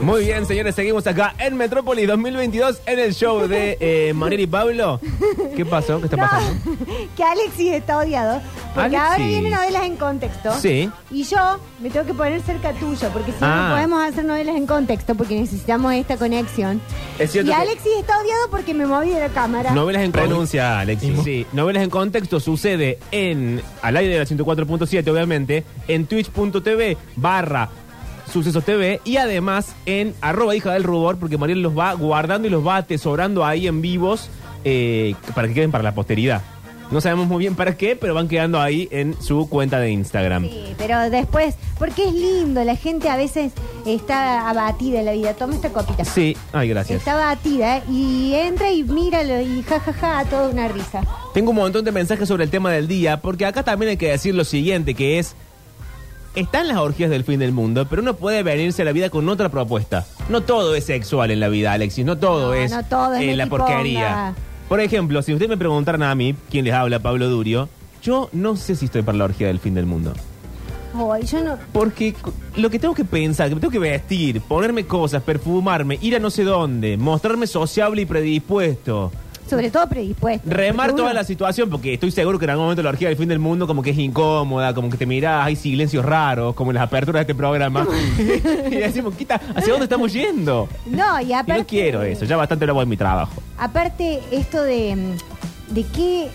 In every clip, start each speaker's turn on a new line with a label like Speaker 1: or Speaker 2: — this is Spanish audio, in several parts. Speaker 1: Muy bien, señores, seguimos acá en Metrópolis 2022 en el show de eh, Mariel y Pablo. ¿Qué pasó? ¿Qué está
Speaker 2: No,
Speaker 1: pasando?
Speaker 2: que Alexis está odiado. Porque
Speaker 1: Alexis.
Speaker 2: ahora vienen novelas en contexto.
Speaker 1: Sí.
Speaker 2: Y yo me tengo que poner cerca tuyo, porque si
Speaker 1: Ah.
Speaker 2: no podemos hacer novelas en contexto, porque necesitamos esta conexión.
Speaker 1: Es cierto
Speaker 2: Y
Speaker 1: que-
Speaker 2: Alexis está odiado porque me moví de la cámara.
Speaker 1: Novelas en
Speaker 3: Renuncia, Alexis.
Speaker 1: Sí, novelas en contexto sucede en al aire de la 104.7, obviamente, en twitch.tv barra sucesos TV y además en arroba hija del rubor, porque Mariel los va guardando y los va atesorando ahí en vivos eh, para que queden para la posteridad. No sabemos muy bien para qué, pero van quedando ahí en su cuenta de Instagram.
Speaker 2: Sí, pero después, porque es lindo, la gente a veces está abatida en la vida. Toma esta copita.
Speaker 1: Sí, ay, gracias.
Speaker 2: Está abatida ¿eh? y entra y míralo y jajaja, toda una risa.
Speaker 1: Tengo un montón de mensajes sobre el tema del día, porque acá también hay que decir lo siguiente, que es, están las orgías del fin del mundo, pero uno puede venirse a la vida con otra propuesta. No todo es sexual en la vida, Alexis, no todo
Speaker 2: No,
Speaker 1: es,
Speaker 2: no todo es
Speaker 1: eh, la
Speaker 2: metiponga.
Speaker 1: porquería. Por ejemplo, si ustedes me preguntaran a mí, ¿quién les habla, Pablo Durio? Yo no sé si estoy para la orgía del fin del mundo.
Speaker 2: Ay, yo no.
Speaker 1: Porque cu- lo que tengo que pensar, que me tengo que vestir, ponerme cosas, perfumarme, ir a no sé dónde, mostrarme sociable y predispuesto.
Speaker 2: Sobre todo predispuesto.
Speaker 1: Remar
Speaker 2: Porque
Speaker 1: toda
Speaker 2: uno-
Speaker 1: la situación, porque estoy seguro que en algún momento la orgía del fin del mundo como que es incómoda, como que te mirás, hay silencios raros, como en las aperturas de este programa. y decimos, quita, ¿hacia dónde estamos yendo?
Speaker 2: No, y
Speaker 1: Y
Speaker 2: aparte.
Speaker 1: no quiero eso, ya bastante lo hago en mi trabajo.
Speaker 2: Aparte, esto de, mm, de que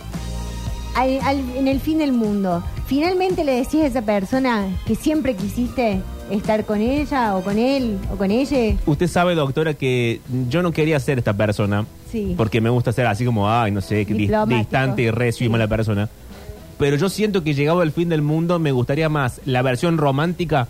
Speaker 2: al- al- en el fin del mundo, finalmente le decís a esa persona que siempre quisiste estar con ella o con él o con ella.
Speaker 1: Usted sabe, doctora, que yo no quería ser esta persona,
Speaker 2: Sí.
Speaker 1: porque me gusta ser así como, ay, no sé, que dis-
Speaker 2: Diplomático.
Speaker 1: distante y recio y mala persona. Pero yo siento que llegado el fin del mundo me gustaría más la versión romántica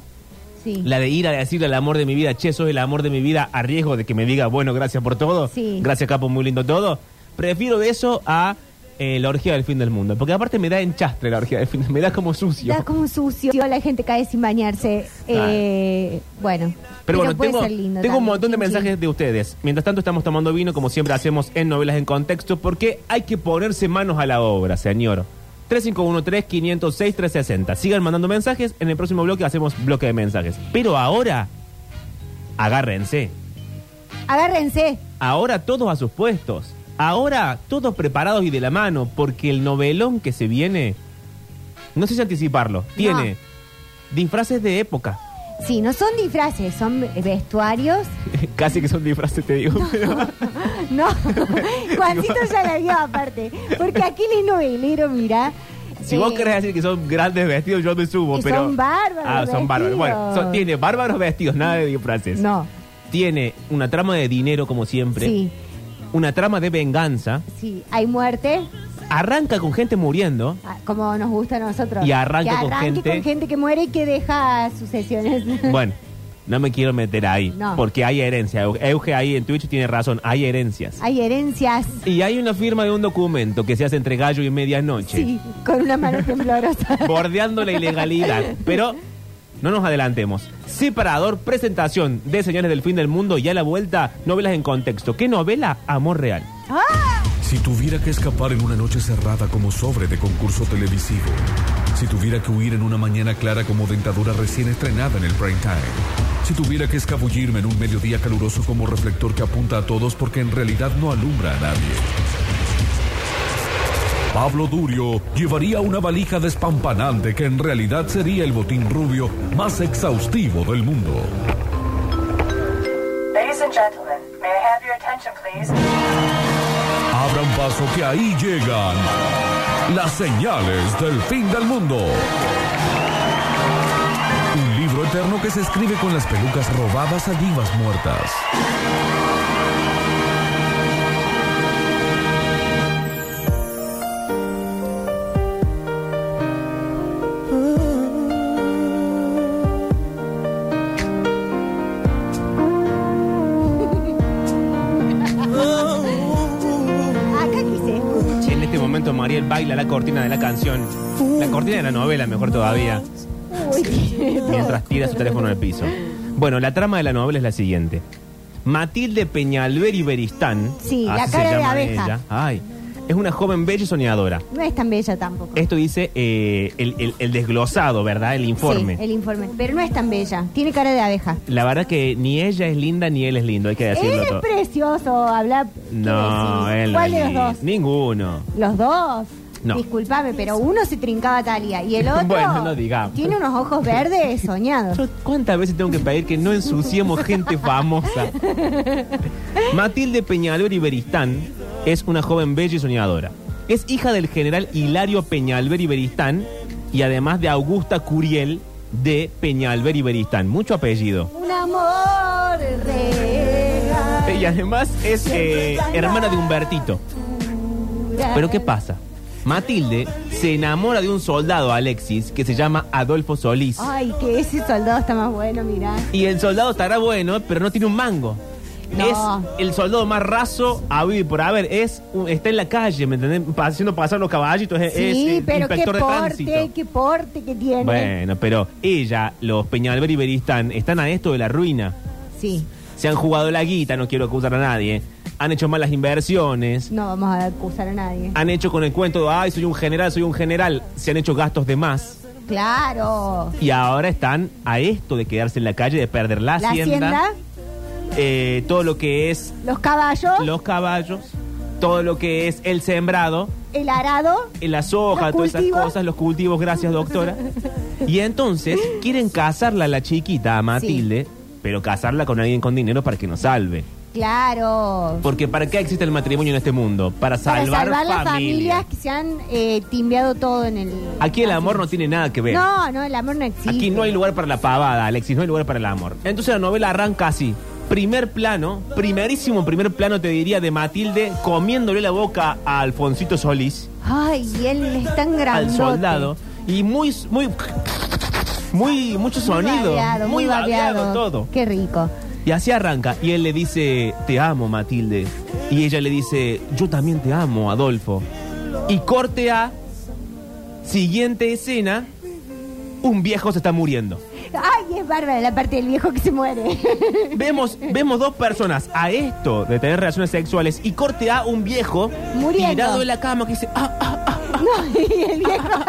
Speaker 2: Sí.
Speaker 1: La de ir a decirle al amor de mi vida, che, sos el amor de mi vida, a riesgo de que me diga, bueno, gracias por todo.
Speaker 2: Sí.
Speaker 1: Gracias, capo, muy lindo todo. Prefiero eso a eh, la orgía del fin del mundo. Porque aparte me da enchastre la orgía del fin del mundo, me da como sucio.
Speaker 2: Está como sucio, la gente cae sin bañarse. Eh, bueno,
Speaker 1: Ah. Pero bueno,
Speaker 2: puede
Speaker 1: tengo,
Speaker 2: ser lindo
Speaker 1: tengo un
Speaker 2: también,
Speaker 1: montón de
Speaker 2: chin, chin.
Speaker 1: mensajes de ustedes. Mientras tanto estamos tomando vino, como siempre hacemos en Novelas en Contexto, porque hay que ponerse manos a la obra, señor. 3513-506-360. Sigan mandando mensajes, en el próximo bloque hacemos bloque de mensajes. Pero ahora, agárrense.
Speaker 2: Agárrense.
Speaker 1: Ahora todos a sus puestos. Ahora todos preparados y de la mano, porque el novelón que se viene, no sé si anticiparlo, tiene
Speaker 2: No.
Speaker 1: disfraces de época.
Speaker 2: Sí, no son disfraces, son vestuarios.
Speaker 1: Casi que son disfraces, te digo. pero-
Speaker 2: No, Juancito ya la vio aparte. Porque Aquiles Novelero, mirá.
Speaker 1: si vos
Speaker 2: eh,
Speaker 1: querés decir que son grandes vestidos, yo me subo,
Speaker 2: Y
Speaker 1: pero...
Speaker 2: son bárbaros
Speaker 1: Ah, son bárbaros. Bueno,
Speaker 2: vestidos.
Speaker 1: son- tiene bárbaros vestidos, nada de disfraces.
Speaker 2: No,
Speaker 1: Tiene una trama de dinero, como siempre.
Speaker 2: sí,
Speaker 1: Una trama de venganza.
Speaker 2: sí. Hay muerte,
Speaker 1: Arranca con gente muriendo.
Speaker 2: ah, como nos gusta a nosotros.
Speaker 1: Y arranca
Speaker 2: que
Speaker 1: con
Speaker 2: arranque
Speaker 1: gente-
Speaker 2: con gente que muere y que deja sucesiones.
Speaker 1: Bueno, no me quiero meter ahí,
Speaker 2: No.
Speaker 1: porque hay herencia. Eu- Euge ahí en Twitch tiene razón, hay herencias.
Speaker 2: Hay herencias.
Speaker 1: Y hay una firma de un documento que se hace entre gallo y medianoche,
Speaker 2: Sí, con una mano temblorosa.
Speaker 1: bordeando la ilegalidad. Pero no nos adelantemos. Separador, presentación de Señores del Fin del Mundo y a la vuelta, novelas en contexto. ¿Qué novela? Amor Real.
Speaker 4: Si tuviera que escapar en una noche cerrada como sobre de concurso televisivo. Si tuviera que huir en una mañana clara como dentadura recién estrenada en el prime time. Si tuviera que escabullirme en un mediodía caluroso como reflector que apunta a todos porque en realidad no alumbra a nadie. Pablo Durio llevaría una valija despampanante que en realidad sería el botín rubio más exhaustivo del mundo.
Speaker 5: Ladies and gentlemen, may I have your attention, please?
Speaker 4: Abran paso que ahí llegan las señales del fin del mundo. Un libro eterno que se escribe con las pelucas robadas a divas muertas.
Speaker 2: Acá quise.
Speaker 1: En este momento Mariel baila la cortina de la canción. La cortina de la novela, mejor todavía. Mientras tira su teléfono al piso. Bueno, la trama de la novela es la siguiente. Matilde Peñalver y Beristán.
Speaker 2: Sí, la
Speaker 1: así se
Speaker 2: cara de
Speaker 1: llama
Speaker 2: abeja.
Speaker 1: ella, ay, Es una joven bella y soñadora.
Speaker 2: No es tan bella tampoco.
Speaker 1: Esto dice eh, el, el- el desglosado, ¿verdad? El informe.
Speaker 2: Sí, el informe. Pero no es tan bella. Tiene cara de abeja.
Speaker 1: La verdad que ni ella es linda ni él es lindo, hay que
Speaker 2: Él
Speaker 1: decirlo
Speaker 2: es
Speaker 1: todo.
Speaker 2: precioso. Habla. Eh, ¿qué
Speaker 1: No,
Speaker 2: decís?
Speaker 1: él no es
Speaker 2: ¿Cuál de los
Speaker 1: lindo.
Speaker 2: dos?
Speaker 1: Ninguno.
Speaker 2: Los dos.
Speaker 1: No.
Speaker 2: Disculpame, pero uno se trincaba Talia y el otro.
Speaker 1: Bueno, no digamos.
Speaker 2: Tiene unos ojos verdes soñados.
Speaker 1: Yo, ¿Cuántas veces tengo que pedir que no ensuciemos gente famosa? Matilde Peñalver Iberistán es una joven bella y soñadora. Es hija del general Hilario Peñalver Iberistán y además de Augusta Curiel de Peñalver Iberistán. Mucho apellido.
Speaker 2: Un amor real.
Speaker 1: Y además es eh, hermana de Humbertito. Pero ¿qué pasa? Matilde se enamora de un soldado, Alexis, que se llama Adolfo Solís.
Speaker 2: Ay, que ese soldado está más bueno, mirá.
Speaker 1: Y el soldado estará bueno, pero no tiene un mango.
Speaker 2: No.
Speaker 1: Es el soldado más raso a vivir por haber. Es, un- está en la calle, ¿me entendés? Pa- Haciendo pasar los caballitos. Es,
Speaker 2: Sí,
Speaker 1: es, eh,
Speaker 2: pero qué
Speaker 1: inspector de
Speaker 2: porte,
Speaker 1: tránsito.
Speaker 2: qué porte que tiene.
Speaker 1: Bueno, pero ella, los Peñalver y Beristán, están a esto de la ruina.
Speaker 2: Sí,
Speaker 1: Se han jugado la guita, no quiero acusar a nadie. Han hecho malas inversiones.
Speaker 2: no vamos a acusar a nadie.
Speaker 1: Han hecho con el cuento de, ay, soy un general, soy un general. Se han hecho gastos de más.
Speaker 2: Claro.
Speaker 1: Y ahora están a esto de quedarse en la calle, de perder la,
Speaker 2: La hacienda,
Speaker 1: eh, todo lo que es
Speaker 2: los caballos,
Speaker 1: los caballos, todo lo que es el sembrado,
Speaker 2: el arado.
Speaker 1: eh, la soja,
Speaker 2: Los
Speaker 1: todas esas
Speaker 2: cultivos.
Speaker 1: cosas, los cultivos, gracias doctora. Y entonces quieren casarla a la chiquita, a Matilde, pero casarla con alguien con dinero para que nos salve.
Speaker 2: Claro.
Speaker 1: Porque ¿para qué existe el matrimonio en este mundo? Para salvar,
Speaker 2: Para salvar las
Speaker 1: familias.
Speaker 2: familias que se han eh, timbeado todo en el.
Speaker 1: Aquí el amor no tiene nada que ver.
Speaker 2: No, no, el amor no existe.
Speaker 1: Aquí no hay lugar para la pavada, Alexis, no hay lugar para el amor. Entonces la novela arranca así. Primer plano, primerísimo primer plano te diría de Matilde comiéndole la boca a Alfoncito Solís,
Speaker 2: Ay, y él es tan grandote.
Speaker 1: al soldado, y muy, muy, muy, mucho sonido,
Speaker 2: Muy babeado, muy babeado.
Speaker 1: todo.
Speaker 2: Qué rico.
Speaker 1: Y así arranca, y él le dice, te amo Matilde, y ella le dice, yo también te amo Adolfo. Y corte a, siguiente escena, un viejo se está muriendo.
Speaker 2: Ay, es bárbara la parte del viejo que se muere.
Speaker 1: Vemos, vemos dos personas a esto de tener relaciones sexuales y corte a un viejo
Speaker 2: Muriendo.
Speaker 1: tirado en la cama que dice, ah, ah, ah.
Speaker 2: No, y el viejo.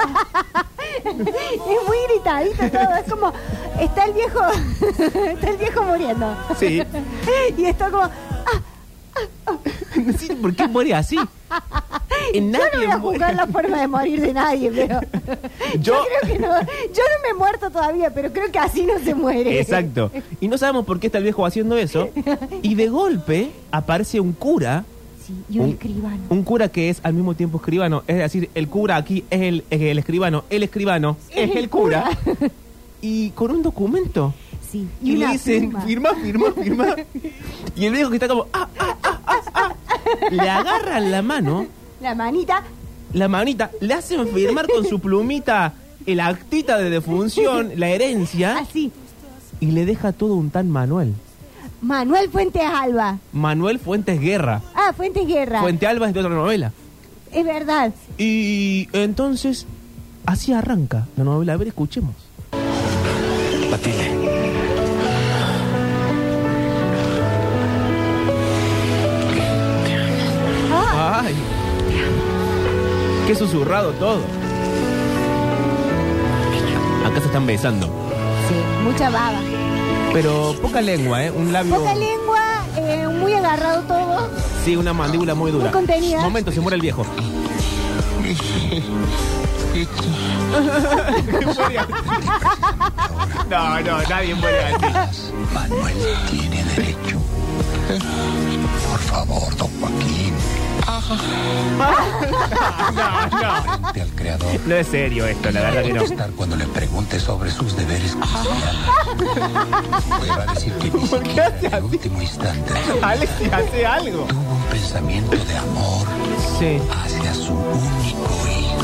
Speaker 2: es muy gritadito todo. Es como. Está el viejo. está el viejo muriendo.
Speaker 1: Sí.
Speaker 2: y está como. "Ah,
Speaker 1: Sí, ¿Por qué muere así? En
Speaker 2: Yo no voy a
Speaker 1: muere.
Speaker 2: juzgar la forma de morir de nadie, pero.
Speaker 1: Yo-
Speaker 2: creo que no. Yo no me he muerto todavía, pero creo que así no se muere.
Speaker 1: Exacto. Y no sabemos por qué está el viejo haciendo eso. Y de golpe aparece un cura.
Speaker 2: Sí, y un, escribano.
Speaker 1: Un cura que es al mismo tiempo escribano. Es decir, el cura aquí es el, es el escribano, el escribano es, el cura. Y con un documento.
Speaker 2: Sí.
Speaker 1: Y, le
Speaker 2: una
Speaker 1: dicen,
Speaker 2: pluma.
Speaker 1: firma, firma, firma. y el viejo que está como, ah, ah, ah, ah, ah. Le agarran la mano,
Speaker 2: La manita.
Speaker 1: la manita, le hacen firmar con su plumita el actita de defunción, la herencia,
Speaker 2: Así.
Speaker 1: y le deja todo un tan Manuel.
Speaker 2: Manuel Fuentes Alba.
Speaker 1: Manuel Fuentes Guerra.
Speaker 2: Ah, Fuentes Guerra.
Speaker 1: Fuente Alba es de otra novela.
Speaker 2: Es verdad.
Speaker 1: Y entonces, así arranca la novela. A ver, escuchemos.
Speaker 3: Matilde.
Speaker 1: Ay. Qué susurrado todo. Acá se están besando.
Speaker 2: Sí, mucha baba.
Speaker 1: Pero poca lengua, ¿eh? Un labio.
Speaker 2: Poca lengua, eh, muy agarrado todo.
Speaker 1: Sí, una mandíbula muy dura.
Speaker 2: Muy contenida.
Speaker 1: Momento, se muere el viejo. no, no, nadie muere así.
Speaker 6: Manuel tiene derecho. Por favor, don Joaquín. Frente al creador.
Speaker 1: No es serio esto, la verdad que no.
Speaker 6: Estar cuando le pregunte sobre sus deberes cristianos. Le va a decir que ni
Speaker 1: ¿Por qué
Speaker 6: siquiera
Speaker 1: hace
Speaker 6: en el
Speaker 1: así?
Speaker 6: último instante
Speaker 1: Alexi, hace algo.
Speaker 6: tuvo un pensamiento de amor
Speaker 1: Sí.
Speaker 6: hacia su único hijo.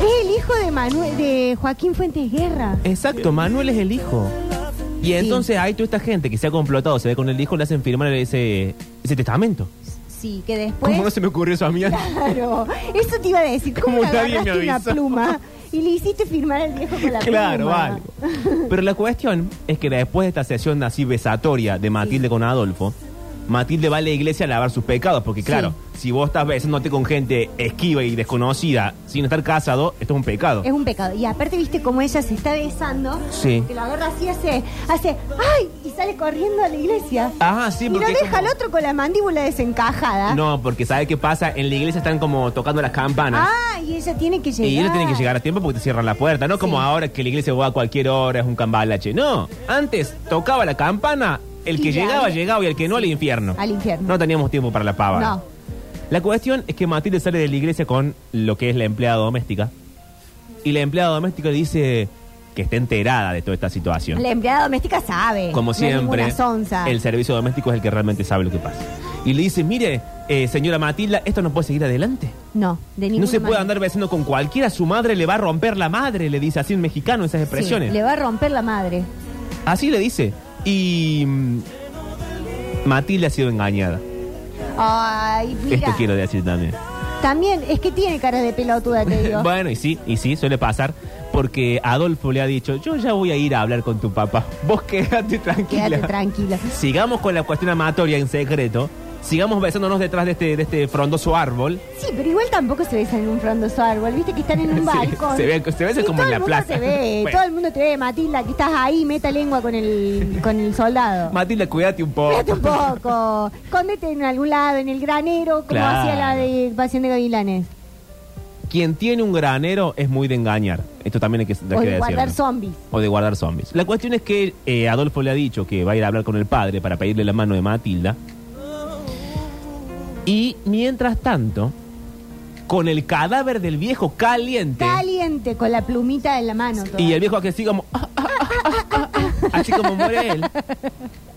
Speaker 2: Uh, es el hijo de Manuel, de Joaquín Fuentes Guerra.
Speaker 1: Exacto, Manuel es el hijo. Y entonces hay toda esta gente que se ha complotado, se ve con el hijo, le hacen firmar ese, ese testamento.
Speaker 2: Sí, que después.
Speaker 1: ¿Cómo no se me ocurrió eso a mí?
Speaker 2: Claro, eso te iba a decir. ¿Cómo,
Speaker 1: ¿Cómo
Speaker 2: le
Speaker 1: nadie me
Speaker 2: agarraste una
Speaker 1: avisó?
Speaker 2: pluma y le hiciste firmar al viejo con la
Speaker 1: Claro,
Speaker 2: pluma?
Speaker 1: vale. Pero la cuestión es que después de esta sesión así besatoria de Matilde con Adolfo, Matilde va a la iglesia a lavar sus pecados, porque claro, si vos estás besándote con gente esquiva y desconocida sin estar casado, esto es un pecado.
Speaker 2: Es un pecado. Y aparte, viste cómo ella se está besando.
Speaker 1: Sí.
Speaker 2: Que lo agarra así, hace, hace, ¡ay! Y sale corriendo a la iglesia.
Speaker 1: Ah, sí,
Speaker 2: y lo
Speaker 1: porque es
Speaker 2: deja al
Speaker 1: como-
Speaker 2: otro con la mandíbula desencajada.
Speaker 1: No, porque ¿sabe qué pasa? En la iglesia están como tocando las campanas.
Speaker 2: Ah, y ella tiene que llegar.
Speaker 1: Y ellos tienen que llegar a tiempo porque te cierran la puerta. No como
Speaker 2: Sí.
Speaker 1: ahora que la iglesia va a cualquier hora, es un cambalache. No, antes tocaba la campana, el
Speaker 2: Y
Speaker 1: que
Speaker 2: ya.
Speaker 1: llegaba, llegaba y el que no, al infierno.
Speaker 2: Al infierno.
Speaker 1: No teníamos tiempo para la pava.
Speaker 2: No.
Speaker 1: La cuestión es que Matilde sale de la iglesia con lo que es la empleada doméstica. Y la empleada doméstica le dice que está enterada de toda esta situación.
Speaker 2: La empleada doméstica sabe.
Speaker 1: Como siempre,
Speaker 2: No es ninguna sonza.
Speaker 1: el servicio doméstico es el que realmente sabe lo que pasa. Y le dice, mire, eh, señora Matilda, esto no puede seguir adelante.
Speaker 2: No, de ninguna
Speaker 1: No se puede
Speaker 2: manera.
Speaker 1: andar besando con cualquiera, su madre le va a romper la madre, le dice así en mexicano esas
Speaker 2: Sí,
Speaker 1: expresiones.
Speaker 2: le va a romper la madre.
Speaker 1: Así le dice. Y mm, Matilde ha sido engañada.
Speaker 2: Ay, mira.
Speaker 1: Esto quiero decir también.
Speaker 2: También es que tiene cara de pelotuda, te digo.
Speaker 1: Bueno, y sí, y sí, suele pasar. Porque Adolfo le ha dicho, yo ya voy a ir a hablar con tu papá. Vos quédate tranquila.
Speaker 2: Quédate tranquila.
Speaker 1: Sigamos con la cuestión amatoria en secreto. Sigamos besándonos detrás de este, de este frondoso árbol.
Speaker 2: Sí, pero igual tampoco se besan en un frondoso árbol. Viste que están en un
Speaker 1: Sí,
Speaker 2: balcón.
Speaker 1: se ve- se besan
Speaker 2: Y
Speaker 1: como en la plaza.
Speaker 2: Todo el mundo te ve.
Speaker 1: Bueno.
Speaker 2: Todo el mundo te ve, Matilda, que estás ahí, meta lengua con el, con el soldado.
Speaker 1: Matilda, cuídate un poco.
Speaker 2: Espérate un poco. Escóndete en algún lado, en el granero, como
Speaker 1: Claro.
Speaker 2: hacía la de Pasión de Gavilanes.
Speaker 1: Quien tiene un granero es muy de engañar. Esto también hay que, hay que
Speaker 2: O de
Speaker 1: decirlo.
Speaker 2: guardar zombies.
Speaker 1: O de guardar zombies. La cuestión es que eh, Adolfo le ha dicho que va a ir a hablar con el padre para pedirle la mano de Matilda. Y mientras tanto, con el cadáver del viejo caliente.
Speaker 2: Caliente, con la plumita en la mano.
Speaker 1: y
Speaker 2: todavía.
Speaker 1: el viejo así como. "Ah, ah, ah, ah, ah", así como muere él.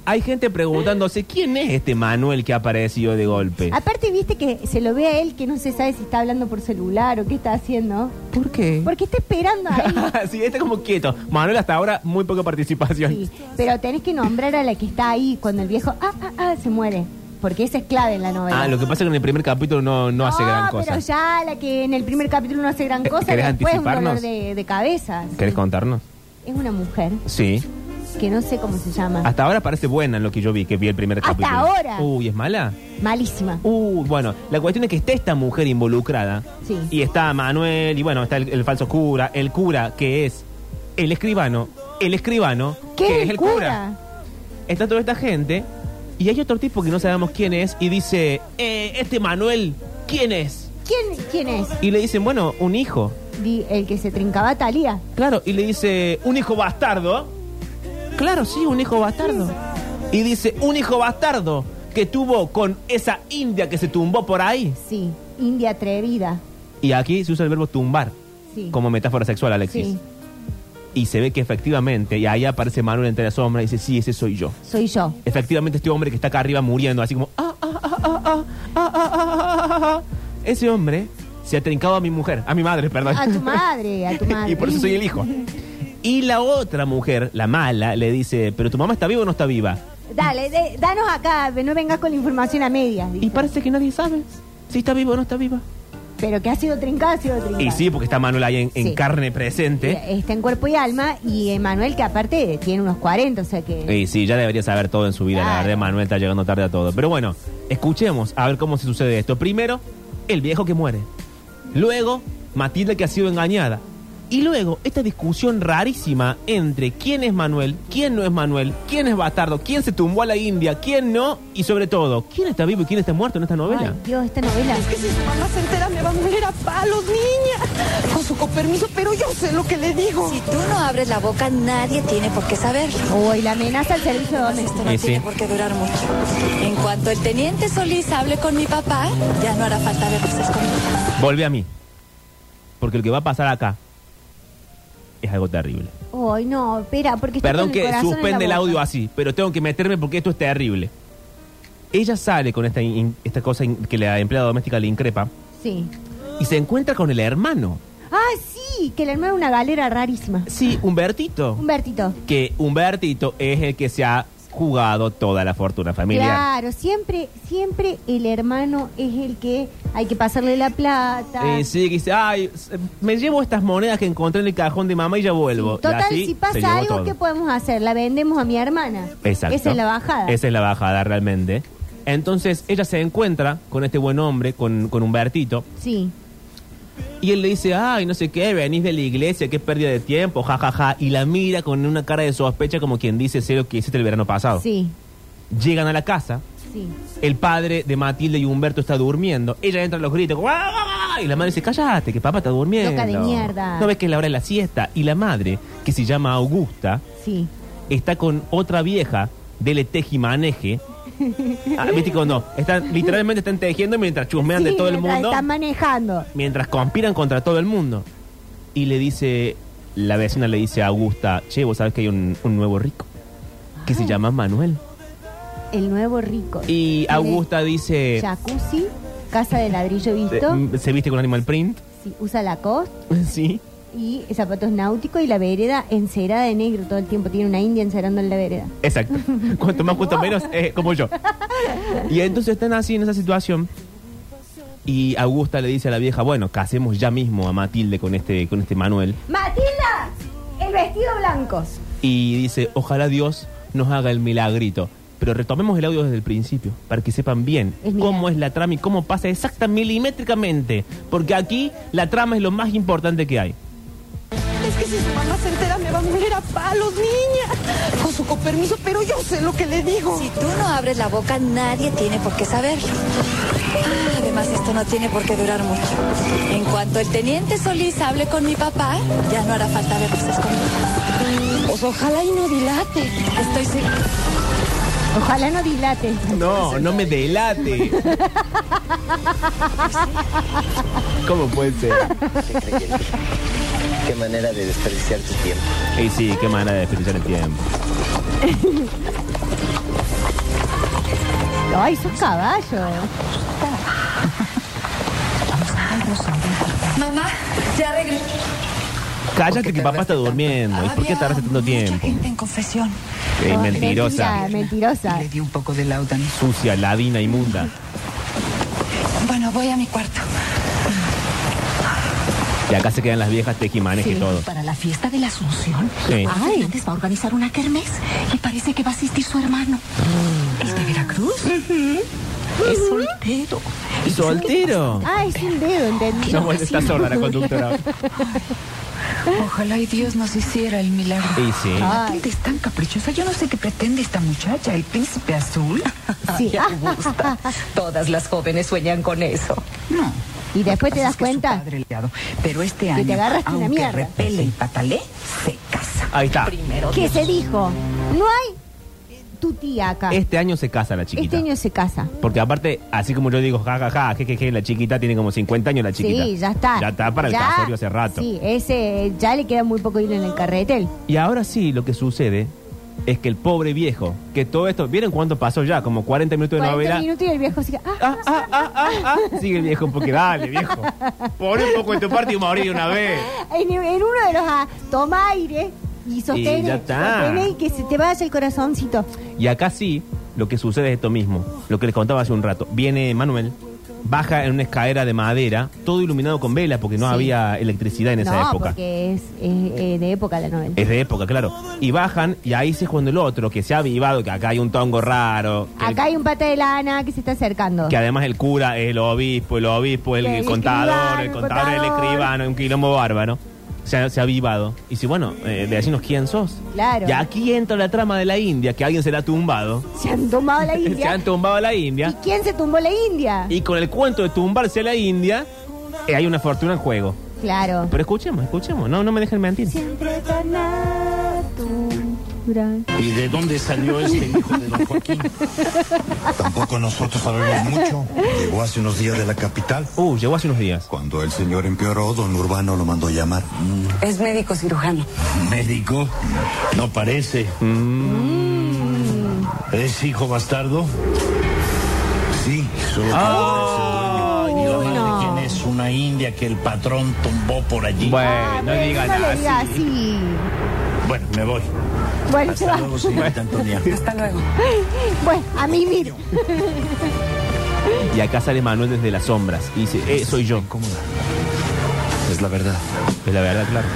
Speaker 1: Hay gente preguntándose quién es este Manuel que ha aparecido de golpe.
Speaker 2: Aparte, viste que se lo ve a él que no se sabe si está hablando por celular o qué está haciendo.
Speaker 1: ¿Por qué?
Speaker 2: Porque está esperando ahí.
Speaker 1: sí, está como quieto. Manuel hasta ahora muy poca participación.
Speaker 2: Sí, pero tenés que nombrar a la que está ahí cuando el viejo ah, ah, ah, se muere. Porque esa es clave en la novela. Ah,
Speaker 1: Ah, lo que pasa es que en el primer capítulo no, no hace gran cosa. Eh,
Speaker 2: pero ya la que en el primer capítulo no hace gran cosa,
Speaker 1: ¿Querés
Speaker 2: después es un dolor
Speaker 1: anticiparnos?
Speaker 2: de, de cabeza. sí.
Speaker 1: ¿Querés contarnos?
Speaker 2: Es una mujer
Speaker 1: Sí.
Speaker 2: que no sé cómo se llama.
Speaker 1: Hasta ahora parece buena en lo que yo vi, que vi el primer
Speaker 2: Hasta
Speaker 1: capítulo.
Speaker 2: ahora.
Speaker 1: Uy, ¿es mala?
Speaker 2: Malísima.
Speaker 1: Uy, bueno, la cuestión es que está esta mujer involucrada.
Speaker 2: Sí.
Speaker 1: Y está Manuel, y bueno, está el, el falso cura, el cura que es el escribano, el escribano
Speaker 2: ¿Qué
Speaker 1: Uh, que
Speaker 2: es el cura?
Speaker 1: Está toda esta gente y hay otro tipo que no sabemos quién es y dice, eh, este Manuel, ¿quién es?
Speaker 2: ¿Quién, ¿Quién es?
Speaker 1: Y le dicen, bueno, un hijo.
Speaker 2: Di- el que se trincaba a Talía.
Speaker 1: Claro, y le dice, un hijo bastardo. Claro, sí, un hijo bastardo. Y dice, un hijo bastardo que tuvo con esa india que se tumbó por ahí.
Speaker 2: Sí, India atrevida.
Speaker 1: Y aquí se usa el verbo tumbar
Speaker 2: Sí.
Speaker 1: como metáfora sexual, Alexis.
Speaker 2: Sí,
Speaker 1: Y se ve que efectivamente, y ahí aparece Manuel entre la sombra y dice, sí, ese soy yo.
Speaker 2: soy yo.
Speaker 1: Efectivamente, este hombre que está acá arriba muriendo, así como, ah, ah, ah, ah, ah, ah, ah, ah, ah, ah, ah". Ese hombre se ha trincado a mi mujer, a mi madre, perdón.
Speaker 2: A tu madre, a tu madre.
Speaker 1: y por eso soy el hijo. Y la otra mujer, la mala, le dice, pero tu mamá está viva o no está viva.
Speaker 2: Dale, de- danos acá, no vengas con la información a medias.
Speaker 1: Y
Speaker 2: dice.
Speaker 1: parece que nadie sabe si está viva o no está viva.
Speaker 2: Pero que ha sido trincada, ha sido trincada.
Speaker 1: Y sí, porque está Manuel ahí en, en
Speaker 2: Sí.
Speaker 1: carne presente.
Speaker 2: Está en cuerpo y alma y Emanuel que aparte tiene unos 40, o sea que...
Speaker 1: Y sí, ya debería saber todo en su vida. La
Speaker 2: Claro.
Speaker 1: verdad, Manuel está llegando tarde a todo. Pero bueno, escuchemos a ver cómo se sucede esto. Primero, el viejo que muere. Luego, Matilde que ha sido engañada. Y luego, esta discusión rarísima entre quién es Manuel, quién no es Manuel, quién es bastardo, quién se tumbó a la India, quién no, y sobre todo, quién está vivo y quién está muerto en esta novela.
Speaker 2: Ay, Dios, esta novela.
Speaker 7: Que si su mamá se entera me va a moler a palos, niña. Con su permiso, pero yo sé lo que le digo.
Speaker 8: Si tú no abres la boca, nadie tiene por qué saberlo.
Speaker 2: Uy, la amenaza al servicio doméstico.
Speaker 8: Esto no
Speaker 1: Y sí.
Speaker 8: tiene por qué durar mucho. En cuanto el teniente Solís hable con mi papá, ya no hará falta vernos escondidas.
Speaker 1: Volve a mí. Porque lo que va a pasar acá es algo terrible.
Speaker 2: Uy, no, espera, porque... estoy
Speaker 1: Perdón
Speaker 2: con el
Speaker 1: que
Speaker 2: corazón en
Speaker 1: suspende el
Speaker 2: la boca.
Speaker 1: audio así, pero tengo que meterme porque esto es terrible. Ella sale con esta, in- esta cosa in- que la empleada doméstica le increpa
Speaker 2: Sí.
Speaker 1: y se encuentra con el hermano.
Speaker 2: Ah, sí, que le armaron una galera rarísima.
Speaker 1: Sí, Humbertito.
Speaker 2: Humbertito.
Speaker 1: Que Humbertito es el que se ha jugado toda la fortuna familiar.
Speaker 2: Claro, siempre, siempre el hermano es el que hay que pasarle la plata.
Speaker 1: Eh, sí, que dice, ay, s- me llevo estas monedas que encontré en el cajón de mamá y ya vuelvo. Y
Speaker 2: Total,
Speaker 1: así
Speaker 2: si
Speaker 1: se llevó
Speaker 2: pasa algo,
Speaker 1: todo.
Speaker 2: ¿qué podemos hacer? La vendemos a mi hermana.
Speaker 1: Exacto.
Speaker 2: Esa es la bajada.
Speaker 1: Esa es la bajada realmente. Entonces ella se encuentra con este buen hombre, con, con Humbertito,
Speaker 2: Sí.
Speaker 1: y él le dice, ay, no sé qué, venís de la iglesia, qué pérdida de tiempo, jajaja, y la mira con una cara de sospecha como quien dice, sé lo que hiciste el verano pasado.
Speaker 2: Sí.
Speaker 1: Llegan a la casa,
Speaker 2: Sí.
Speaker 1: el padre de Matilde y Humberto está durmiendo. Ella entra a los gritos. ¡guau, guau, guau! Y la madre dice, cállate, que papá está durmiendo.
Speaker 2: Loca de mierda.
Speaker 1: No ves que es la hora de la siesta. Y la madre, que se llama Augusta,
Speaker 2: Sí.
Speaker 1: está con otra vieja del tejimaneje. Ah, Viste cuando están, literalmente están tejiendo mientras chusmean de
Speaker 2: Sí,
Speaker 1: todo el
Speaker 2: mientras
Speaker 1: mundo
Speaker 2: Están manejando.
Speaker 1: mientras conspiran contra todo el mundo. Y le dice, la vecina le dice a Augusta, che, vos sabés que hay un, un nuevo rico, que se llama Manuel.
Speaker 2: El nuevo rico.
Speaker 1: Y eh,
Speaker 2: Tiene
Speaker 1: Augusta dice,
Speaker 2: Jacuzzi, casa de ladrillo visto.
Speaker 1: eh, se viste con animal print,
Speaker 2: Sí, usa la costa
Speaker 1: sí.
Speaker 2: y zapatos náuticos y la vereda encerada de negro todo el tiempo. Tiene una india encerando en la vereda.
Speaker 1: Exacto. Cuanto más, cuanto menos, eh, como yo. Y entonces están así en esa situación. Y Augusta le dice a la vieja, bueno, casemos ya mismo a Matilde con este, con este Manuel.
Speaker 2: ¡Matilda! El vestido blanco.
Speaker 1: y dice, ojalá Dios nos haga el milagrito. Pero retomemos el audio desde el principio, para que sepan bien
Speaker 2: El milagro.
Speaker 1: cómo es la trama y cómo pasa exacta milimétricamente. Porque aquí la trama es lo más importante que hay.
Speaker 7: Es que si su mamá se entera me va a moler a palos, niña. Con su copermiso, pero yo sé lo que le digo.
Speaker 8: Si tú no abres la boca, nadie tiene por qué saberlo. Ah, Además, esto no tiene por qué durar mucho. En cuanto el teniente Solís hable con mi papá, ya no hará falta vernos escondidas.
Speaker 7: Pues ojalá y no dilate.
Speaker 8: Estoy segura.
Speaker 2: Ojalá no dilate.
Speaker 1: No, no me delate. ¿Cómo puede ser?
Speaker 3: Qué manera de desperdiciar tu tiempo.
Speaker 1: Y sí, qué manera de desperdiciar el tiempo.
Speaker 2: Ay, sos caballo.
Speaker 8: Mamá, ya regresé.
Speaker 1: Cállate que papá está durmiendo. ¿Y por qué tardaste tanto tiempo?
Speaker 9: en confesión.
Speaker 1: Eh, mentirosa,
Speaker 2: Mentira, mentirosa.
Speaker 9: Le di un poco de laudan.
Speaker 1: sucia, ladina, inmunda.
Speaker 9: Bueno, voy a mi cuarto.
Speaker 1: Y acá se quedan las viejas tejimanes y todo.
Speaker 9: Para la fiesta de la Asunción,
Speaker 1: Sí.
Speaker 2: Ah.
Speaker 9: Juan Fernández va a organizar una kermés y parece que va a asistir su hermano. ¿Es de Veracruz? Es soltero.
Speaker 1: ¡Soltero!
Speaker 2: Ah, es un dedo, ¿entendí?
Speaker 1: No, bueno, está sorda la conductora.
Speaker 9: Ojalá y Dios nos hiciera el milagro.
Speaker 1: Y sí.
Speaker 2: Ah.
Speaker 9: Matilde es tan caprichosa. Yo no sé qué pretende esta muchacha, el príncipe azul.
Speaker 2: Sí.
Speaker 9: Augusta. Todas las jóvenes sueñan con eso. No.
Speaker 2: Y después
Speaker 9: Lo que
Speaker 2: te
Speaker 9: pasa es que
Speaker 2: das
Speaker 9: su
Speaker 2: cuenta.
Speaker 9: padre le ha dado. Pero este
Speaker 2: te
Speaker 9: año,
Speaker 2: agarras una
Speaker 9: aunque
Speaker 2: mierda.
Speaker 9: repele y patalé, se casa.
Speaker 1: Ahí está.
Speaker 9: Primero
Speaker 2: Que
Speaker 9: Dios.
Speaker 2: se dijo, no hay tu tía acá.
Speaker 1: Este año se casa la chiquita.
Speaker 2: Este año se casa.
Speaker 1: Porque aparte, así como yo digo, jajaja, ja, ja, jejeje, la chiquita tiene como 50 años la chiquita.
Speaker 2: Sí, ya está.
Speaker 1: Ya está para el
Speaker 2: Ya,
Speaker 1: casorio hace rato.
Speaker 2: Sí, ese eh, ya le queda muy poco hilo en el carretel.
Speaker 1: Y ahora sí, lo que sucede es que el pobre viejo, que todo esto, ¿vieron cuánto pasó ya? Como 40 minutos de
Speaker 2: 40
Speaker 1: novela.
Speaker 2: minutos y el viejo sigue. Ah,
Speaker 1: Ah, ah, ah, ah, ah. Sigue el viejo, porque dale, viejo. Pon un poco de tu parte y morir una vez.
Speaker 2: en, en uno de los ah, toma aire y sostene.
Speaker 1: Y ya está.
Speaker 2: sostene y que se te vaya el corazoncito.
Speaker 1: Y acá sí, lo que sucede es esto mismo, lo que les contaba hace un rato. Viene Manuel, baja en una escalera de madera, todo iluminado con velas, porque no
Speaker 2: Sí.
Speaker 1: había electricidad en esa
Speaker 2: no,
Speaker 1: época.
Speaker 2: porque es eh, eh, de época la novela.
Speaker 1: Es de época, claro. Y bajan, y ahí se es cuando el otro, que se ha avivado, que acá hay un tongo raro. que el-
Speaker 2: Acá hay un pata de lana que se está acercando.
Speaker 1: que además el cura es el obispo, el obispo, el,
Speaker 2: El
Speaker 1: el contador,
Speaker 2: escribano,
Speaker 1: el
Speaker 2: el
Speaker 1: contador, el
Speaker 2: contador.
Speaker 1: escribano, un quilombo bárbaro. Se ha, se ha avivado. Y si, bueno, eh, decinos quién sos.
Speaker 2: Claro.
Speaker 1: Y aquí entra la trama de la India, que alguien se la ha tumbado.
Speaker 2: Se han tomado la
Speaker 1: se
Speaker 2: India.
Speaker 1: han tumbado a la
Speaker 2: ¿Y
Speaker 1: India.
Speaker 2: quién se tumbó la India?
Speaker 1: Y con el cuento de tumbarse a la India, eh, hay una fortuna en juego.
Speaker 2: Claro.
Speaker 1: Pero escuchemos, escuchemos. No, no me dejen mentir.
Speaker 2: Siempre tan
Speaker 1: Eh,
Speaker 2: natural.
Speaker 10: ¿Y de dónde salió este hijo de don Joaquín?
Speaker 6: Tampoco nosotros sabemos mucho. Llegó hace unos días de la capital.
Speaker 1: Uh, llegó hace unos días.
Speaker 6: Cuando el señor empeoró, don Urbano lo mandó llamar.
Speaker 9: Es médico cirujano.
Speaker 10: ¿Médico? No parece.
Speaker 6: Mm.
Speaker 10: ¿Es hijo bastardo?
Speaker 6: Sí, solo que
Speaker 10: ¿Y la madre
Speaker 2: no.
Speaker 10: quién es? Una india que el patrón tumbó por allí.
Speaker 1: Bueno, no digan
Speaker 2: Ah, no le diga
Speaker 1: así.
Speaker 2: así.
Speaker 10: Bueno, me voy.
Speaker 2: Bueno, se
Speaker 10: Hasta
Speaker 2: va.
Speaker 10: luego, señorita Antonia.
Speaker 9: Hasta luego.
Speaker 2: Bueno, a mí mira.
Speaker 1: Y acá sale Manuel desde las sombras y dice, eh, soy yo.
Speaker 6: incómoda. Es la verdad.
Speaker 1: Es la verdad, claro.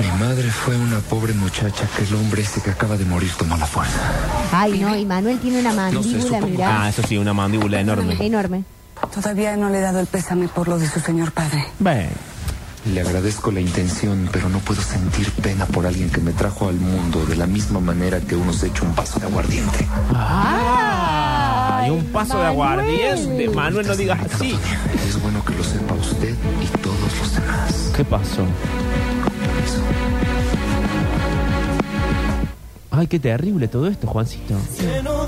Speaker 6: Mi madre fue una pobre muchacha que el hombre ese que acaba de morir tomó la fuerza.
Speaker 2: Ay, no, y Manuel tiene una mandíbula,
Speaker 1: supongo.
Speaker 2: mirá.
Speaker 1: Ah, eso sí, una mandíbula enorme.
Speaker 2: Enorme.
Speaker 8: Todavía no le he dado el pésame por lo de su señor padre.
Speaker 1: Bueno.
Speaker 6: Le agradezco la intención, pero no puedo sentir pena por alguien que me trajo al mundo de la misma manera que uno se echa un vaso de aguardiente.
Speaker 1: Hay un paso de aguardiente. Manuel, no digas así.
Speaker 6: Es bueno que lo sepa usted y todos los demás.
Speaker 1: ¿Qué pasó?
Speaker 6: Eso.
Speaker 1: Ay, qué terrible todo esto, Juancito.
Speaker 2: No.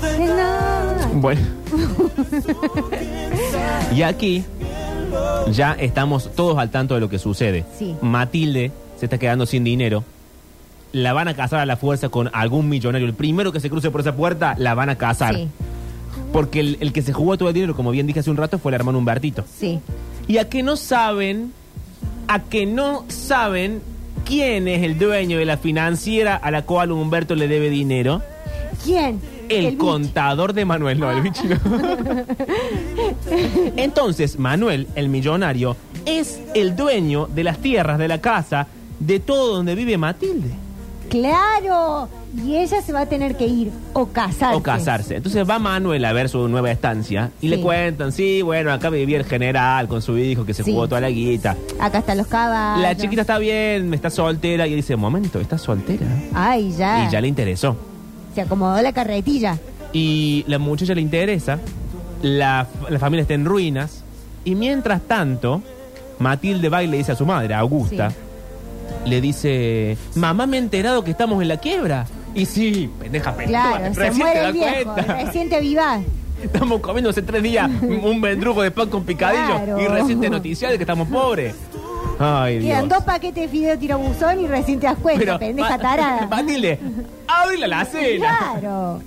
Speaker 1: Bueno. y aquí ya estamos todos al tanto de lo que sucede.
Speaker 2: Sí.
Speaker 1: Matilde se está quedando sin dinero. La van a casar a la fuerza con algún millonario. El primero que se cruce por esa puerta, la van a casar.
Speaker 2: Sí,
Speaker 1: Porque el, el que se jugó todo el dinero, como bien dije hace un rato, fue el hermano Humbertito.
Speaker 2: sí.
Speaker 1: Y a que no saben, a que no saben quién es el dueño de la financiera a la cual Humberto le debe dinero.
Speaker 2: ¿Quién?
Speaker 1: El,
Speaker 2: bicho.
Speaker 1: contador de Manuel, no, el bicho no. Entonces, Manuel, el millonario, es el dueño de las tierras, de la casa, de todo donde vive Matilde.
Speaker 2: Claro. Y ella se va a tener que ir o casarse.
Speaker 1: O casarse. Entonces va Manuel a ver su nueva estancia y le
Speaker 2: Sí.
Speaker 1: cuentan, sí, bueno, acá vivía el general con su hijo que se
Speaker 2: Sí.
Speaker 1: jugó toda la guita.
Speaker 2: Acá están los caballos.
Speaker 1: La chiquita está bien, está soltera. Y él dice, momento, está soltera.
Speaker 2: Ay, ya.
Speaker 1: Y ya le interesó.
Speaker 2: Se acomodó la carretilla.
Speaker 1: Y la muchacha le interesa. La, la familia está en ruinas. Y mientras tanto, Matilde va y le dice a su madre, a Augusta,
Speaker 2: Sí.
Speaker 1: le dice, mamá me he enterado que estamos en la quiebra. Y sí, pendeja, pendeja.
Speaker 2: Claro, se
Speaker 1: recién te
Speaker 2: muere
Speaker 1: das
Speaker 2: el viejo.
Speaker 1: cuenta.
Speaker 2: Recién te vivás.
Speaker 1: Estamos comiendo hace tres días un vendrujo de pan con picadillo
Speaker 2: Claro.
Speaker 1: y recién te noticias de que estamos pobres. Ay, Dios.
Speaker 2: Quedan dos paquetes de fideo tirabuzón y recién te das cuenta, pendeja
Speaker 1: Ma-
Speaker 2: tarada.
Speaker 1: Matilde, abre la alacena.
Speaker 2: Claro.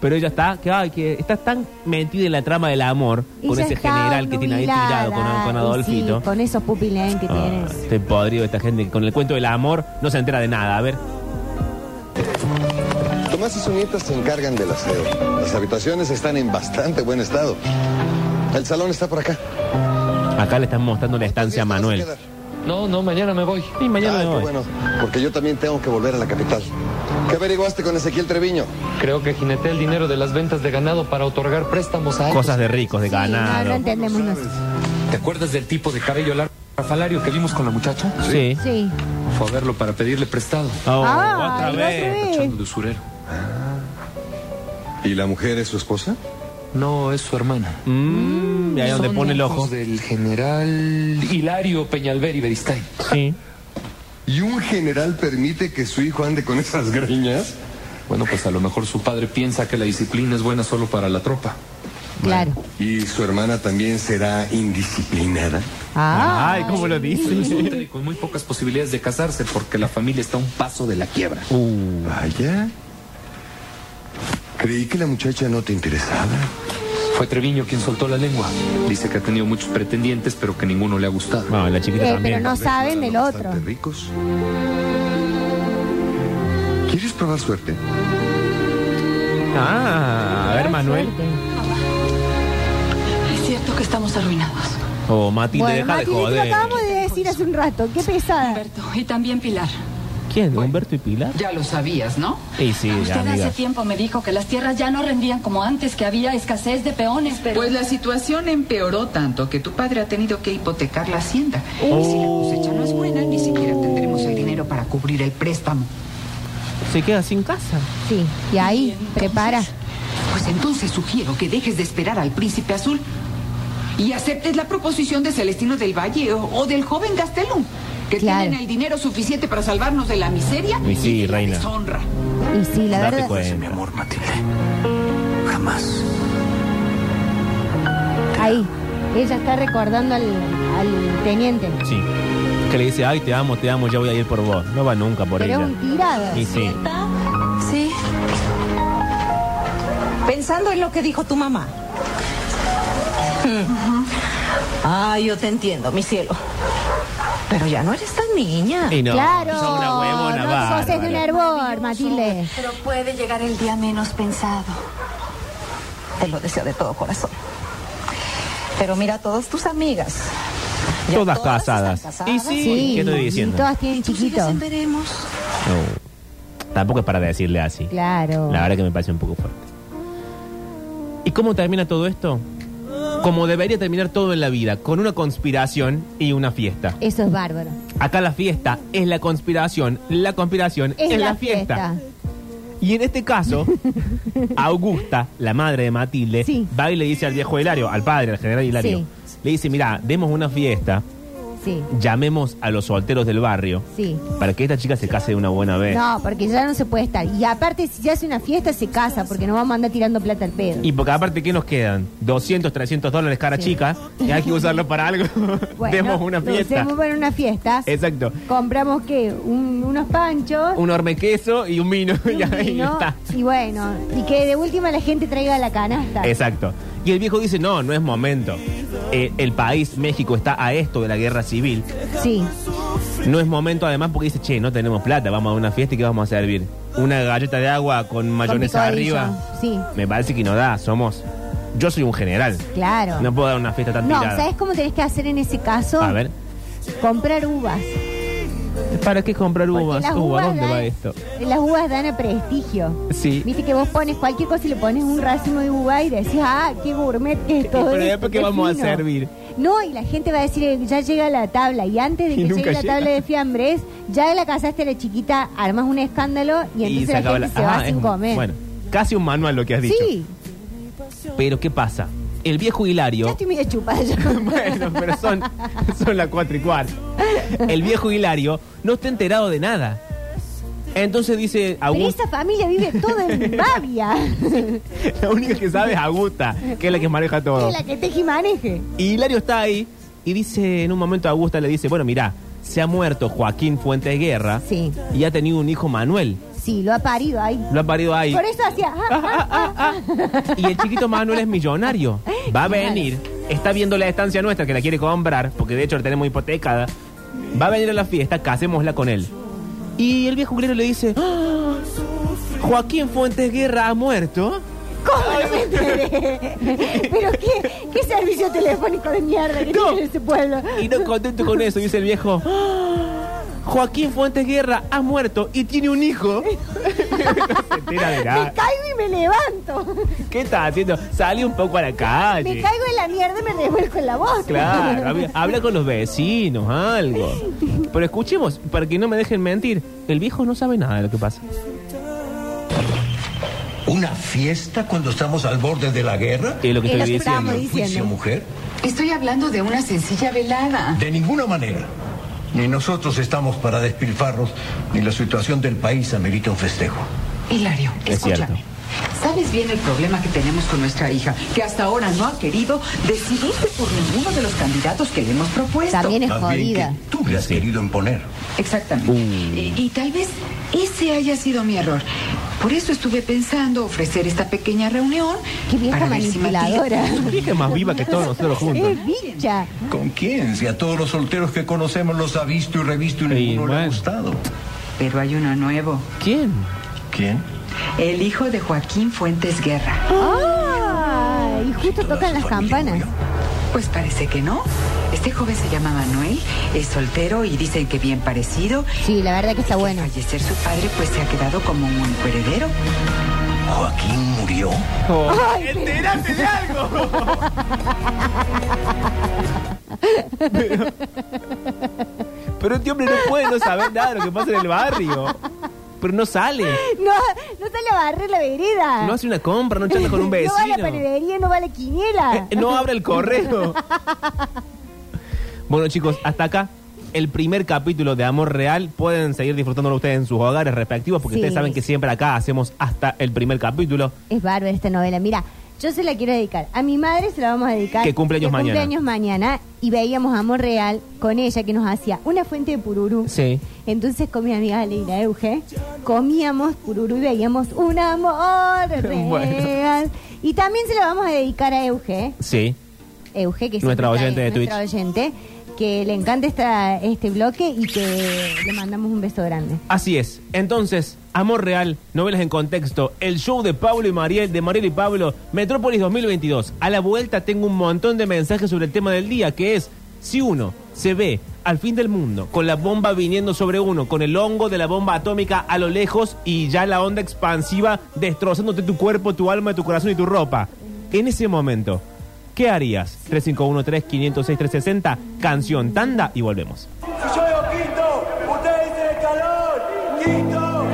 Speaker 1: Pero ella está, que, ay, que está tan metida en la trama del amor con
Speaker 2: Ella
Speaker 1: ese
Speaker 2: está
Speaker 1: general que tiene ahí
Speaker 2: nubilada.
Speaker 1: tirado con, con
Speaker 2: Y
Speaker 1: Adolfito.
Speaker 2: sí, con esos pupilén que
Speaker 1: Ah,
Speaker 2: tienes.
Speaker 1: Este podrido, esta gente que con el cuento del amor no se entera de nada. A ver,
Speaker 11: Tomás y su nieta se encargan del aseo. Las habitaciones están en bastante buen estado. El salón está por acá.
Speaker 1: acá le están mostrando la estancia a Manuel.
Speaker 11: No, no, mañana me voy.
Speaker 1: Y mañana me voy.
Speaker 11: bueno, porque yo también tengo que volver a la capital. ¿Qué averiguaste con Ezequiel Treviño?
Speaker 4: Creo que jinetea el dinero de las ventas de ganado para otorgar préstamos a...
Speaker 1: Cosas de ricos, de
Speaker 2: No, no
Speaker 1: ganado.
Speaker 2: entendemos nosotros.
Speaker 4: ¿Te acuerdas del tipo de cabello largo rafalario que vimos con la muchacha?
Speaker 1: Sí.
Speaker 2: Sí.
Speaker 4: Fue a verlo para pedirle prestado.
Speaker 1: Oh,
Speaker 2: Ah,
Speaker 1: otra
Speaker 2: y
Speaker 1: vez.
Speaker 2: otra vez.
Speaker 4: Echando de usurero.
Speaker 11: ¿Y la mujer es su esposa?
Speaker 4: No, es su hermana.
Speaker 1: Mm, y ahí donde
Speaker 4: Son
Speaker 1: pone el
Speaker 4: hijos
Speaker 1: ojo.
Speaker 4: Del general Hilario Peñalver y Beristain.
Speaker 1: Sí.
Speaker 11: ¿Y un general permite que su hijo ande con esas greñas?
Speaker 4: Bueno, pues a lo mejor su padre piensa que la disciplina es buena solo para la tropa.
Speaker 2: Claro.
Speaker 11: ¿Y su hermana también será indisciplinada?
Speaker 2: Ay,
Speaker 1: ¿cómo lo
Speaker 4: Soy
Speaker 1: dice?
Speaker 4: soltero y con muy pocas posibilidades de casarse porque la familia está a un paso de la quiebra.
Speaker 1: Uh,
Speaker 11: Vaya. Creí que la muchacha no te interesaba.
Speaker 4: Fue Treviño quien soltó la lengua. Dice que ha tenido muchos pretendientes, pero que ninguno le ha gustado.
Speaker 1: no, la chiquita
Speaker 2: Eh, pero
Speaker 1: también.
Speaker 2: no saben del otro.
Speaker 11: Bastante ricos. ¿Quieres probar suerte?
Speaker 1: Ah, a ver, Manuel.
Speaker 12: Es cierto que estamos arruinados.
Speaker 1: Oh, Matilde,
Speaker 2: Bueno,
Speaker 1: deja
Speaker 2: Mati,
Speaker 1: de
Speaker 2: te lo
Speaker 1: joder.
Speaker 2: acabamos de decir hace un rato. Qué pesada.
Speaker 12: Humberto, y también Pilar.
Speaker 1: ¿Quién? ¿Humberto y Pilar?
Speaker 8: Ya lo sabías, ¿no?
Speaker 1: Y
Speaker 2: Ah,
Speaker 1: sí,
Speaker 12: Usted hace
Speaker 1: amiga.
Speaker 12: tiempo me dijo que las tierras ya no rendían como antes, que había escasez de peones, pero...
Speaker 8: Pues la situación empeoró tanto que tu padre ha tenido que hipotecar la hacienda. Y si la cosecha no es buena, ni siquiera tendremos el dinero para cubrir el préstamo.
Speaker 1: Se queda sin casa.
Speaker 2: Sí. Y ahí, prepara.
Speaker 8: Pues entonces sugiero que dejes de esperar al príncipe azul y aceptes la proposición de Celestino del Valle o, o del joven Gastelum, que
Speaker 2: Claro.
Speaker 8: tienen el dinero suficiente para salvarnos de la miseria
Speaker 1: Y sí,
Speaker 8: y de
Speaker 1: reina.
Speaker 8: la deshonra.
Speaker 2: Y sí, la
Speaker 1: Date
Speaker 2: verdad.
Speaker 1: cuenta.
Speaker 4: Mi amor, Matilde. Jamás.
Speaker 2: Ahí. Ella está recordando al, al teniente.
Speaker 1: Sí. Que le dice, ay, te amo, te amo, ya voy a ir por vos. No va nunca por
Speaker 2: Pero es
Speaker 1: ella.
Speaker 2: un tirado.
Speaker 1: Y sí. Mm.
Speaker 13: Sí,
Speaker 14: Pensando en lo que dijo tu mamá. Mm. Ah, yo te entiendo, mi cielo. Pero ya no eres tan niña.
Speaker 1: Y no,
Speaker 2: Ah, claro.
Speaker 1: sos una huevona,
Speaker 2: no sos de un
Speaker 1: bárbara.
Speaker 2: hervor, Matilde.
Speaker 13: pero puede llegar el día menos pensado.
Speaker 14: Te lo deseo de todo corazón. Pero mira, todas tus amigas
Speaker 1: Todas casadas. Y sí,
Speaker 2: Sí,
Speaker 1: ¿qué estoy
Speaker 2: Y
Speaker 1: diciendo?
Speaker 2: todas tienen chiquitos.
Speaker 1: No. Tampoco es para decirle así.
Speaker 2: Claro.
Speaker 1: La verdad que me parece un poco fuerte. ¿Y cómo termina todo esto? Como debería terminar todo en la vida, con una conspiración y una fiesta.
Speaker 2: Eso es bárbaro.
Speaker 1: Acá la fiesta es la conspiración, la conspiración es, la, fiesta. Y en este caso, Augusta, la madre de Matilde, va y le dice al viejo Hilario, al padre, al general Hilario, le dice, mira, demos una fiesta,
Speaker 2: Sí,
Speaker 1: llamemos a los solteros del barrio
Speaker 2: sí.
Speaker 1: para que esta chica se case de una buena vez.
Speaker 2: No, porque ya no se puede estar. Y aparte, si se hace una fiesta, se casa, porque no vamos a andar tirando plata al pedo.
Speaker 1: Y porque aparte, ¿qué nos quedan? 200, 300 dólares cara chica, y hay que usarlo para algo.
Speaker 2: Bueno,
Speaker 1: demos una
Speaker 2: lo
Speaker 1: fiesta.
Speaker 2: hacemos para una fiesta.
Speaker 1: Exacto.
Speaker 2: Compramos, ¿qué? Un- unos panchos.
Speaker 1: Un horme queso y un vino. Y, ahí
Speaker 2: ¿no?
Speaker 1: está.
Speaker 2: Y bueno, y que de última la gente traiga la canasta.
Speaker 1: Exacto. Y el viejo dice, no, no es momento. Eh, el país, México, está a esto de la guerra civil.
Speaker 2: Sí.
Speaker 1: No es momento, además, porque dice, che, no tenemos plata, vamos a una fiesta y ¿qué vamos a servir? Una galleta de agua con mayonesa
Speaker 2: Con picadillo.
Speaker 1: arriba.
Speaker 2: Sí,
Speaker 1: Me parece que no da, somos... Yo soy un general.
Speaker 2: claro.
Speaker 1: No puedo dar una fiesta tan
Speaker 2: No,
Speaker 1: tirada.
Speaker 2: ¿sabes cómo tenés que hacer en ese caso?
Speaker 1: A ver,
Speaker 2: Comprar uvas.
Speaker 1: ¿para qué comprar uvas?
Speaker 2: las
Speaker 1: Uva,
Speaker 2: uvas
Speaker 1: ¿dónde
Speaker 2: dan-
Speaker 1: va esto?
Speaker 2: Las uvas dan a prestigio.
Speaker 1: Sí.
Speaker 2: Viste que vos pones cualquier cosa y le pones un racimo de uva y decís, ah, qué gourmet que es todo.
Speaker 1: Pero
Speaker 2: esto,
Speaker 1: después, ¿qué vamos a
Speaker 2: fino".
Speaker 1: servir?
Speaker 2: No, y la gente va a decir, eh, ya llega la tabla. Y antes de
Speaker 1: Y
Speaker 2: que
Speaker 1: nunca
Speaker 2: llegue la
Speaker 1: llega.
Speaker 2: tabla de fiambres, ya la casaste a la chiquita, armas un escándalo y entonces la gente se
Speaker 1: Ah,
Speaker 2: va
Speaker 1: es
Speaker 2: sin
Speaker 1: un-
Speaker 2: comer.
Speaker 1: Bueno, casi un manual lo que has dicho.
Speaker 2: sí,
Speaker 1: Pero ¿qué pasa? El viejo Hilario...
Speaker 2: ya estoy medio chupada yo.
Speaker 1: bueno, pero son, son las cuatro y cuarto. El viejo Hilario no está enterado de nada. Entonces dice
Speaker 2: Pero
Speaker 1: Augusta,
Speaker 2: esa familia vive toda en Babia.
Speaker 1: la única que sabe es Augusta, que es la que maneja todo.
Speaker 2: es la que teje y maneje.
Speaker 1: Y Hilario está ahí y dice, en un momento Augusta le dice, bueno, mirá, se ha muerto Joaquín Fuentes Guerra
Speaker 2: Sí.
Speaker 1: y ha tenido un hijo Manuel.
Speaker 2: Sí, lo ha parido ahí.
Speaker 1: Lo ha parido ahí.
Speaker 2: Por eso hacía. ah, ah, ah, ah.
Speaker 1: Y el chiquito Manuel es millonario. Va a venir, está viendo la estancia nuestra que la quiere comprar, porque de hecho la tenemos hipotecada. Va a venir a la fiesta, casémosla con él. Y el viejo culero le dice: "Ah, Joaquín Fuentes Guerra ha muerto.
Speaker 2: ¿Cómo no me enteré? Pero qué, qué servicio telefónico de mierda que tiene ese pueblo.
Speaker 1: Y no contento con eso, dice el viejo: "Ah, Joaquín Fuentes Guerra ha muerto y tiene un hijo. no se entera de
Speaker 2: Me
Speaker 1: nada.
Speaker 2: caigo y me levanto.
Speaker 1: ¿Qué está haciendo? Salí un poco a la calle.
Speaker 2: Me caigo en la mierda y me revuelco en la voz.
Speaker 1: Claro, habla- habla con los vecinos, algo. Pero escuchemos, para que no me dejen mentir, el viejo no sabe nada de lo que pasa.
Speaker 6: ¿Una fiesta cuando estamos al borde de la guerra?
Speaker 1: Es lo
Speaker 12: que Es lo estoy que estábamos
Speaker 6: ¿Y el juicio,
Speaker 12: diciendo.
Speaker 6: mujer?
Speaker 12: Estoy hablando de una sencilla velada.
Speaker 6: De ninguna manera. Ni nosotros estamos para despilfarros, ni la situación del país amerita un festejo.
Speaker 12: Hilario,
Speaker 6: Es
Speaker 12: escúchame. Sabes bien el problema que tenemos con nuestra hija, que hasta ahora no ha querido decidirse por ninguno de los candidatos que le hemos propuesto.
Speaker 6: Más bien que tú le has querido imponer.
Speaker 12: Exactamente. Y, y tal vez ese haya sido mi error. Por eso estuve pensando ofrecer esta pequeña reunión.
Speaker 2: Qué vieja
Speaker 12: para ver si Matilde-
Speaker 2: manipuladora.
Speaker 1: Vieja más viva que todos nosotros juntos.
Speaker 2: Es bicha.
Speaker 6: ¿Con quién? Si a todos los solteros que conocemos los ha visto y revisto y ninguno le ha gustado.
Speaker 12: Pero hay uno nuevo.
Speaker 1: ¿Quién?
Speaker 6: ¿Quién?
Speaker 12: El hijo de Joaquín Fuentes Guerra.
Speaker 2: Ah, y justo tocan las campanas.
Speaker 12: Pues parece que no. Este joven se llama Manuel, es soltero y dicen que bien parecido.
Speaker 2: Sí, la verdad que está bueno.
Speaker 12: Fallecer su padre, pues se ha quedado como un único heredero.
Speaker 6: ¿Joaquín murió?
Speaker 1: ¡Entérate de algo! Pero este hombre no puede no saber nada de lo que pasa en el barrio. Pero no sale.
Speaker 2: No, no sale a barrer la vereda.
Speaker 1: No hace una compra, no charla con un
Speaker 2: No va a la
Speaker 1: vecino. Eh,
Speaker 2: panadería, no va a la quiniela.
Speaker 1: No abre el correo. Bueno, chicos, hasta acá. El primer capítulo de Amor Real pueden seguir disfrutándolo ustedes en sus hogares respectivos porque
Speaker 2: Sí.
Speaker 1: ustedes saben que siempre acá hacemos hasta el primer capítulo.
Speaker 2: Es bárbara esta novela. Mira, yo se la quiero dedicar. A mi madre se la vamos a dedicar.
Speaker 1: Que cumple años
Speaker 2: Que cumple
Speaker 1: mañana.
Speaker 2: años mañana. Y veíamos Amor Real con ella que nos hacía una fuente de pururú.
Speaker 1: Sí.
Speaker 2: Entonces con mi amiga Leila Euge comíamos pururú y veíamos un amor real.
Speaker 1: Bueno.
Speaker 2: Y también se la vamos a dedicar a Euge. ¿eh?
Speaker 1: Sí.
Speaker 2: Euge, que
Speaker 1: Nuestra
Speaker 2: siempre
Speaker 1: oyente
Speaker 2: está ahí,
Speaker 1: de
Speaker 2: nuestra oyente, que le encanta esta- este bloque y que le mandamos un beso grande.
Speaker 1: Así es. Entonces, Amor Real, Novelas en Contexto, el show de Pablo y Mariel, de Mariel y Pablo, Metrópolis 2022. A la vuelta tengo un montón de mensajes sobre el tema del día, que es si uno se ve al fin del mundo, con la bomba viniendo sobre uno, con el hongo de la bomba atómica a lo lejos y ya la onda expansiva destrozándote tu cuerpo, tu alma, tu corazón y tu ropa. En ese momento, ¿qué harías? 351-3506-360, canción tanda y volvemos.
Speaker 15: Si yo digo quinto, usted dice calor. Quinto.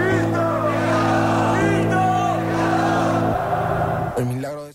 Speaker 15: Quinto. Quinto.
Speaker 16: El milagro de-